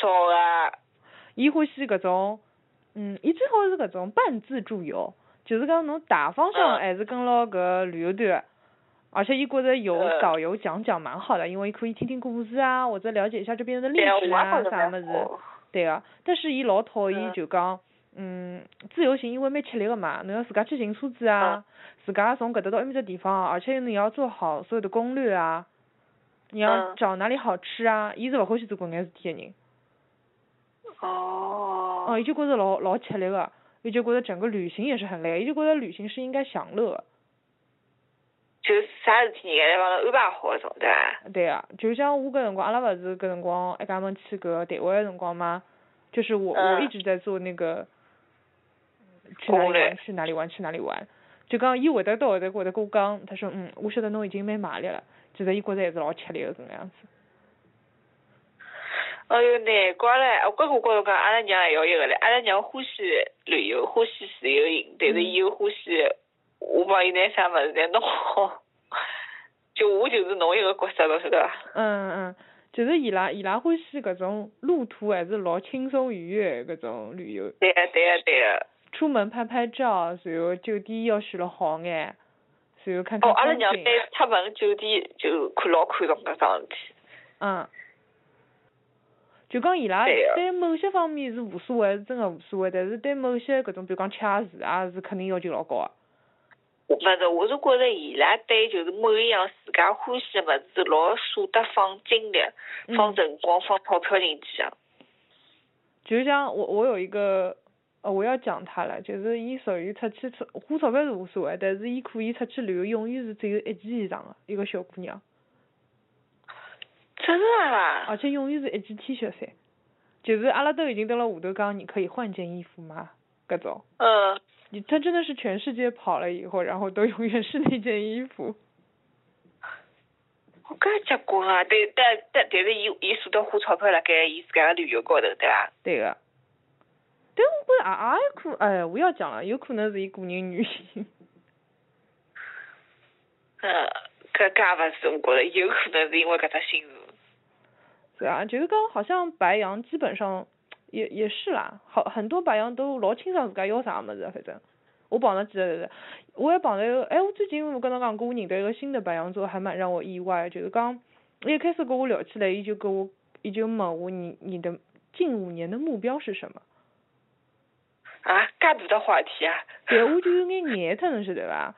[SPEAKER 2] 少啊，
[SPEAKER 1] 伊欢喜搿种，嗯，伊最好是搿种半自助游，就是讲侬大方向
[SPEAKER 2] 嗯
[SPEAKER 1] 还是跟牢搿旅游团，而且伊觉着有
[SPEAKER 2] 嗯
[SPEAKER 1] 导游讲讲蛮好的，因为伊可以听听故事啊，或者了解一下这边的历
[SPEAKER 2] 对啊，我
[SPEAKER 1] 史
[SPEAKER 2] 也
[SPEAKER 1] 啊
[SPEAKER 2] 觉着
[SPEAKER 1] 啥
[SPEAKER 2] 蛮
[SPEAKER 1] 物事。
[SPEAKER 2] 好。哦
[SPEAKER 1] 对个、但是伊老讨厌
[SPEAKER 2] 嗯
[SPEAKER 1] 就讲，嗯，自由行因为蛮吃力个嘛，侬要自家去寻车子
[SPEAKER 2] 嗯
[SPEAKER 1] 啊，自家从搿搭到埃面搭地方啊，而且你要做好所有的攻略啊，你要
[SPEAKER 2] 嗯
[SPEAKER 1] 找哪里好吃啊，伊是勿欢喜做搿眼事体个人，
[SPEAKER 2] 哦。
[SPEAKER 1] 哦，伊就觉着老老吃力个，伊就觉着整个旅行也是很累，伊就觉着旅行是应该享乐的，
[SPEAKER 2] 就是啥事体人家来帮侬安排好种，对伐？
[SPEAKER 1] 对啊，就像我搿辰光，阿拉勿是搿辰光一家门去搿台湾个辰光嘛，就是我、我一
[SPEAKER 2] 嗯
[SPEAKER 1] 直在做那个去哪
[SPEAKER 2] 攻
[SPEAKER 1] 里
[SPEAKER 2] 略
[SPEAKER 1] 玩去哪里玩去哪里玩，就讲伊会得到会得会得跟我讲，他说嗯，我晓得侬已经蛮卖力了，其实伊觉着还是老吃力个搿能样子。
[SPEAKER 2] 哎哟，难怪嘞！我跟我跟侬讲，阿拉娘也要一个嘞，阿拉娘欢喜旅游，欢喜自由行，但是伊又欢喜我帮伊拿啥物事侪弄好， (laughs) 就我就是侬一个角色，侬晓得伐？
[SPEAKER 1] 嗯嗯，就是伊拉伊拉欢喜搿种路途还是老轻松愉悦的搿种旅游，
[SPEAKER 2] 对个对个对个。
[SPEAKER 1] 出门拍拍照，然后酒店要选了好眼，然后看看
[SPEAKER 2] 哦，阿拉
[SPEAKER 1] 风
[SPEAKER 2] 娘
[SPEAKER 1] 景。啊
[SPEAKER 2] 对出门酒店就看老看重搿桩事体。
[SPEAKER 1] 嗯，就讲伊拉
[SPEAKER 2] 对啊
[SPEAKER 1] 对某些方面是无所谓，是真个无所谓，但是对某些搿种，比如讲吃住啊，是肯定要求老高啊。
[SPEAKER 2] 勿是，我是觉着伊拉对就是每一样自家欢喜个物事老舍得放精力、放
[SPEAKER 1] 嗯
[SPEAKER 2] 辰光、放钞票进去个。
[SPEAKER 1] 就像我我有一个，呃，我要讲他了，就是伊属于出去出花钞票是无所谓，但是伊可以出去旅游，永远是只有一件衣裳个一个小姑娘，
[SPEAKER 2] 真个啊！
[SPEAKER 1] 而且永远是一件 T 恤衫，就是阿拉都已经蹲辣下头讲，你可以换件衣服吗？搿种，
[SPEAKER 2] 嗯，
[SPEAKER 1] 你他真的是全世界跑了以后，然后都永远是那件衣服。
[SPEAKER 2] 我介结棍啊！对，但但但是伊伊舍得花钞票辣盖伊自家个旅游高头，对伐？
[SPEAKER 1] 对个。但我觉着也也可，哎，我要讲了，有可能是伊个人原因。
[SPEAKER 2] 嗯，搿介勿是，我觉着有可能是因为搿只心事。
[SPEAKER 1] 对啊，就是讲好像白羊基本上也也是啦，好很多白羊都老清爽自家要啥物事的，反正我碰到几个是，我也碰到一个，哎，我最近我跟侬讲过，我认得一个新的白羊座，还蛮让我意外的，就是讲一开始跟我聊起来，伊就跟我，伊就问我你你的近五年的目标是什么？
[SPEAKER 2] 啊，介大的话题啊！
[SPEAKER 1] 对，我就有眼眼特，侬晓得伐？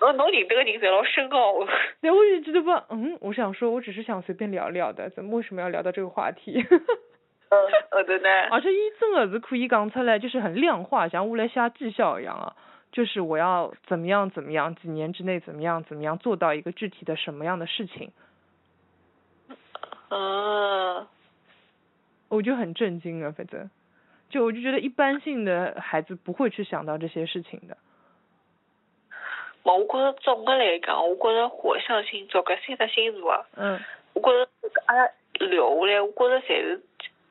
[SPEAKER 2] 侬侬认得个人侪老深奥。
[SPEAKER 1] 对，我就觉得吧，嗯，我想说，我只是想随便聊聊的，怎么为什么要聊到这个话题？ (laughs)
[SPEAKER 2] 嗯，后头呢？
[SPEAKER 1] 而且伊真的是可以讲出来，就是很量化，像我来写绩效一样啊，就是我要怎么样怎么样，几年之内怎么样怎么样做到一个具体的什么样的事情，
[SPEAKER 2] 嗯，
[SPEAKER 1] 我就很震惊啊，反正，就我就觉得一般性的孩子不会去想到这些事情的，
[SPEAKER 2] 冇，我觉着总个来讲，我觉着火象星座搿三只星座啊，
[SPEAKER 1] 嗯
[SPEAKER 2] 我觉哎着阿拉聊下来，我觉着侪是，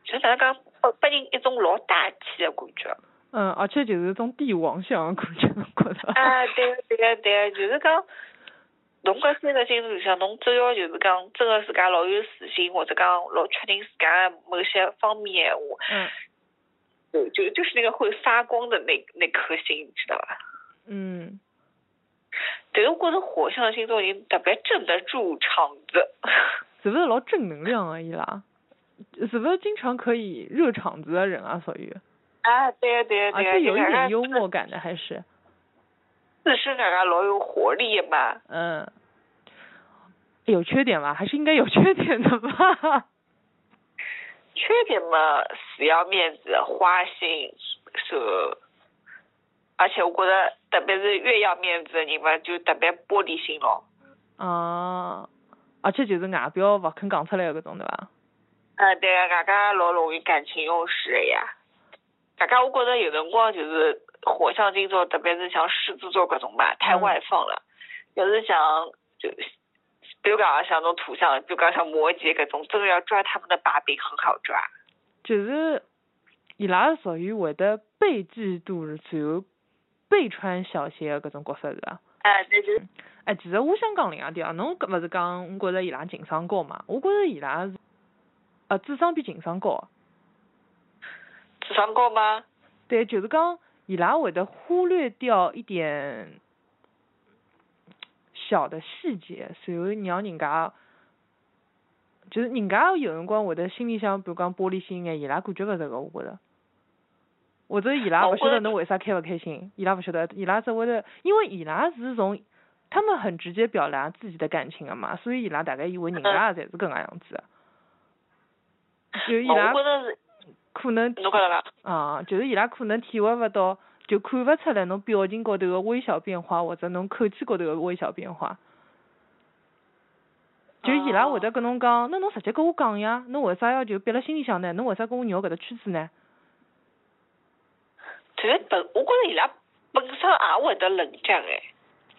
[SPEAKER 2] 就哪能讲，拨拨人一种老大气个啊感
[SPEAKER 1] (laughs)
[SPEAKER 2] 觉。
[SPEAKER 1] 嗯，而且就是一种帝王像的啊感觉，我觉得，
[SPEAKER 2] 啊，对个对个对个，就是讲，侬搿三个星座里向，侬只要就是讲真个自家老有自信，或者讲老确定自家的啊某些方面的闲话，
[SPEAKER 1] (laughs)
[SPEAKER 2] 就
[SPEAKER 1] 嗯
[SPEAKER 2] 就就是那个会发光的那那颗星，你知道吧？
[SPEAKER 1] 嗯，
[SPEAKER 2] 但是我觉得火象星座人特别镇得住场
[SPEAKER 1] (laughs)
[SPEAKER 2] 子。
[SPEAKER 1] 是不是老正能量啊伊拉？是不是经常可以热场子的人啊？属于，
[SPEAKER 2] 啊，对个对个
[SPEAKER 1] 而
[SPEAKER 2] 对个，
[SPEAKER 1] 且有一
[SPEAKER 2] 就
[SPEAKER 1] 点
[SPEAKER 2] 讲
[SPEAKER 1] 幽默感的，还是。
[SPEAKER 2] 自身感觉老有活力的嘛。
[SPEAKER 1] 嗯，哎有缺点吧，还是应该有缺点的吧。
[SPEAKER 2] 缺点嘛，死要面子、花心，是，而且我觉得特别是越要面子的人嘛，就特别玻璃心咯。
[SPEAKER 1] 啊，而且就是外表勿肯讲出来的搿种对伐？
[SPEAKER 2] 啊，对啊，外加老容易感情用事的呀。外加我觉得有辰光就是火象星座，特别是像狮子座搿种吧，太
[SPEAKER 1] 嗯
[SPEAKER 2] 外放了。要是像就比如讲像种土象，比如讲像摩羯搿种，真的要抓他们的把柄很好抓。
[SPEAKER 1] 就是伊拉属于会得被嫉妒，然后被穿小鞋的搿种角色是伐？
[SPEAKER 2] 哎，对对。
[SPEAKER 1] 哎，其实我想讲另外一点啊，侬搿勿是讲，我觉着伊拉情商高嘛？我觉着伊拉是，呃，智商比情商高。
[SPEAKER 2] 智商高吗？
[SPEAKER 1] 对，就是讲伊拉会得忽略掉一点小的细节，随后让人家，就是人家有辰光会得心里想，比如讲玻璃心眼，伊拉感觉勿着个，我觉着。或者伊拉
[SPEAKER 2] 哦
[SPEAKER 1] 勿
[SPEAKER 2] 我
[SPEAKER 1] 晓
[SPEAKER 2] 觉
[SPEAKER 1] 得
[SPEAKER 2] 得
[SPEAKER 1] 侬为啥开勿开心，伊拉勿晓得，伊拉只会得，因为伊拉是从，他们很直接表达自己的感情个嘛，所以伊拉大概以为人家
[SPEAKER 2] 嗯
[SPEAKER 1] 也侪是搿能介样子的，就伊
[SPEAKER 2] 我
[SPEAKER 1] 拉
[SPEAKER 2] 觉着是，
[SPEAKER 1] 可能
[SPEAKER 2] 侬觉着伐？
[SPEAKER 1] 啊，就是伊拉可能体会勿到，就看勿出来侬表情高头个微小变化，或者侬口气高头个微小变化。就伊拉会得跟侬讲，那侬直接跟我讲呀，侬为啥要就憋辣心里向呢？侬为啥跟我绕搿只圈子呢？
[SPEAKER 2] 但是本，我觉着伊拉本身也会得冷战哎。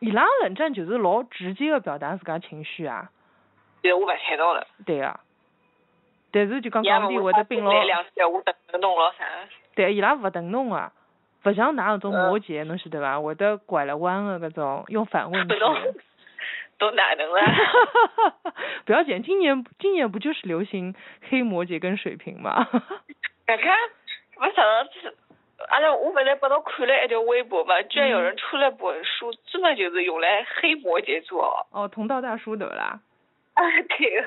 [SPEAKER 1] 伊拉冷战就是老直接个表达自家情绪啊，
[SPEAKER 2] 对，我勿猜到了。
[SPEAKER 1] 对啊。但是就讲
[SPEAKER 2] 要
[SPEAKER 1] 讲
[SPEAKER 2] 么
[SPEAKER 1] 理
[SPEAKER 2] 我
[SPEAKER 1] 会得并牢，
[SPEAKER 2] 来两句，我等着弄了啥？
[SPEAKER 1] 对伊拉勿等侬啊，勿像㑚搿种
[SPEAKER 2] 嗯
[SPEAKER 1] 摩羯，侬晓得伐？会得拐了弯个搿种用反
[SPEAKER 2] (laughs)
[SPEAKER 1] 问句
[SPEAKER 2] 搿。种都哪能了？
[SPEAKER 1] 不要紧，今年今年不就是流行黑摩羯跟水瓶嘛？
[SPEAKER 2] 搿个我上上次，阿拉我勿是拨侬看了一条微博嘛，居然有人出了本书，专门就是用来黑摩羯座哦。
[SPEAKER 1] 哦，同道大叔对不啦？
[SPEAKER 2] 啊对，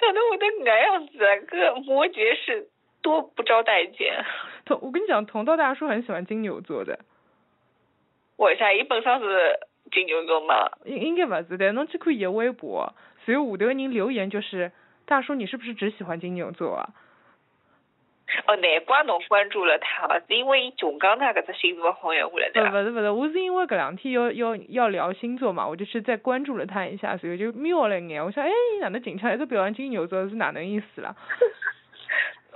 [SPEAKER 2] 哪能会得搿样子啊？搿摩羯是多不招待见。
[SPEAKER 1] 同我跟你讲，同道大叔很喜欢金牛座的，
[SPEAKER 2] 为啥？伊本身是金牛座嘛。
[SPEAKER 1] 应应该不是的。侬去看伊的微博，随后下头人留言就是：大叔，你是不是只喜欢金牛座啊？
[SPEAKER 2] 哦，难怪侬关注了他，是因为伊琼岗那搿只星座好像我来
[SPEAKER 1] 不
[SPEAKER 2] 对伐？
[SPEAKER 1] 不是不是，我是因为搿两天要要要聊星座嘛，我就是再关注了他一下，所以就瞄了一眼，我想，哎，伊哪能近腔一直表扬金牛座是哪能意思啦？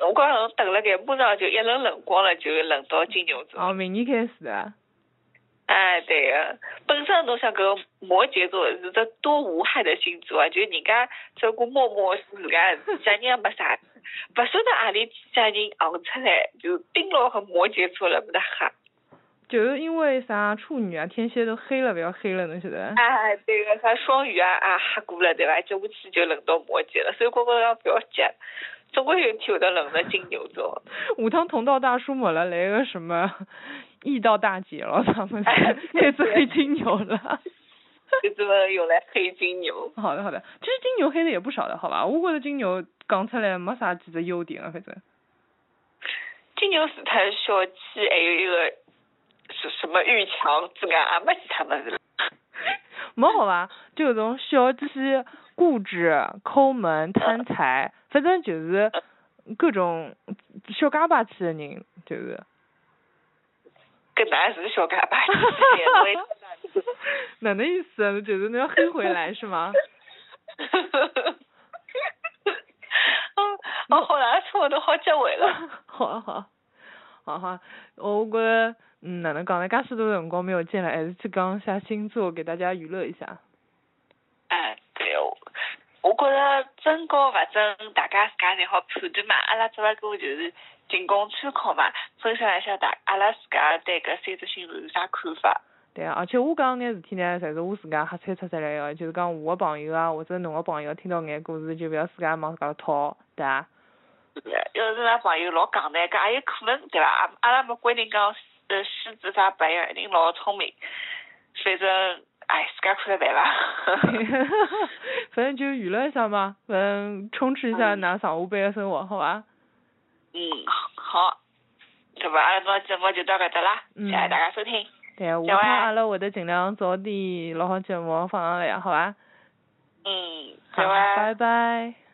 [SPEAKER 2] 我觉着侬等了搿，马上就一轮冷光了，就轮到金牛座。
[SPEAKER 1] 哦，明年开始啊。
[SPEAKER 2] 哎，对个、本身侬想搿个摩羯座是只多无害的星座啊，就是人家只顾默默做自家的事体，家人也没啥，勿晓得何里几家人昂出来，就盯牢个摩羯座了，没得吓。
[SPEAKER 1] 就是因为啥处女啊、天蝎都黑了，不要黑了，侬晓得？
[SPEAKER 2] 哎，对个、啥双鱼啊啊吓过了，对伐？接下去就轮到摩羯了，所以我觉着不要急，总归有一天会得轮到金牛座。
[SPEAKER 1] 下趟同道大叔没了，来个什么 (laughs) 异道大姐了，他们 (laughs)
[SPEAKER 2] 哎
[SPEAKER 1] 开始黑金牛了。
[SPEAKER 2] 就这么用来黑金牛。
[SPEAKER 1] (laughs) 好的好的，其实金牛黑的也不少的，好吧？我觉得金牛讲出来没啥几只优点啊，反正 (laughs)
[SPEAKER 2] 金牛除脱小气，还哎有一个什什么遇强之外，也没其他么子了。
[SPEAKER 1] 没好吧？就有种小气、固执、抠门、贪财，反正就是各种小家巴气的人，就是。
[SPEAKER 2] 搿哪是小干巴，就是
[SPEAKER 1] 哪能意思啊？就是侬要黑回来是吗？
[SPEAKER 2] 哦，哦，好难说，我都好结尾了。
[SPEAKER 1] (laughs) 好啊好啊，好啊好啊，我觉着嗯哪能讲呢？介许多辰光没有见了，还是去讲一下星座，给大家娱乐一下。
[SPEAKER 2] 哎，对哦。我觉着真高勿真，大家自家侪好判断嘛。阿拉只勿过就是仅供参考嘛，分享一下大阿拉自家对搿三只星座有啥看法。
[SPEAKER 1] 对啊，而且我讲眼事体呢，侪是我自家瞎猜测出来个，就是讲我个朋友啊，或者侬个朋友听到眼故事，就勿要自家往自家套，对啊伐、
[SPEAKER 2] 要是咱朋友老戆的，搿也有可能对伐？阿阿拉没规定讲呃狮子啥白羊一定老聪明，反正哎自家看着办
[SPEAKER 1] (laughs)
[SPEAKER 2] 伐。
[SPEAKER 1] (laughs) 反正就娱乐一下嘛，嗯，充斥一下
[SPEAKER 2] 嗯
[SPEAKER 1] 㑚上下班个生活，好伐？
[SPEAKER 2] 嗯，好，对伐？阿拉搿节目就到搿搭啦，谢
[SPEAKER 1] 嗯
[SPEAKER 2] 谢大家收听。
[SPEAKER 1] 对啊，下
[SPEAKER 2] 小
[SPEAKER 1] 趟
[SPEAKER 2] 安
[SPEAKER 1] 阿拉会得尽量早点录好节目放上来，好伐？
[SPEAKER 2] 嗯，
[SPEAKER 1] 好，
[SPEAKER 2] 拜。
[SPEAKER 1] 拜拜。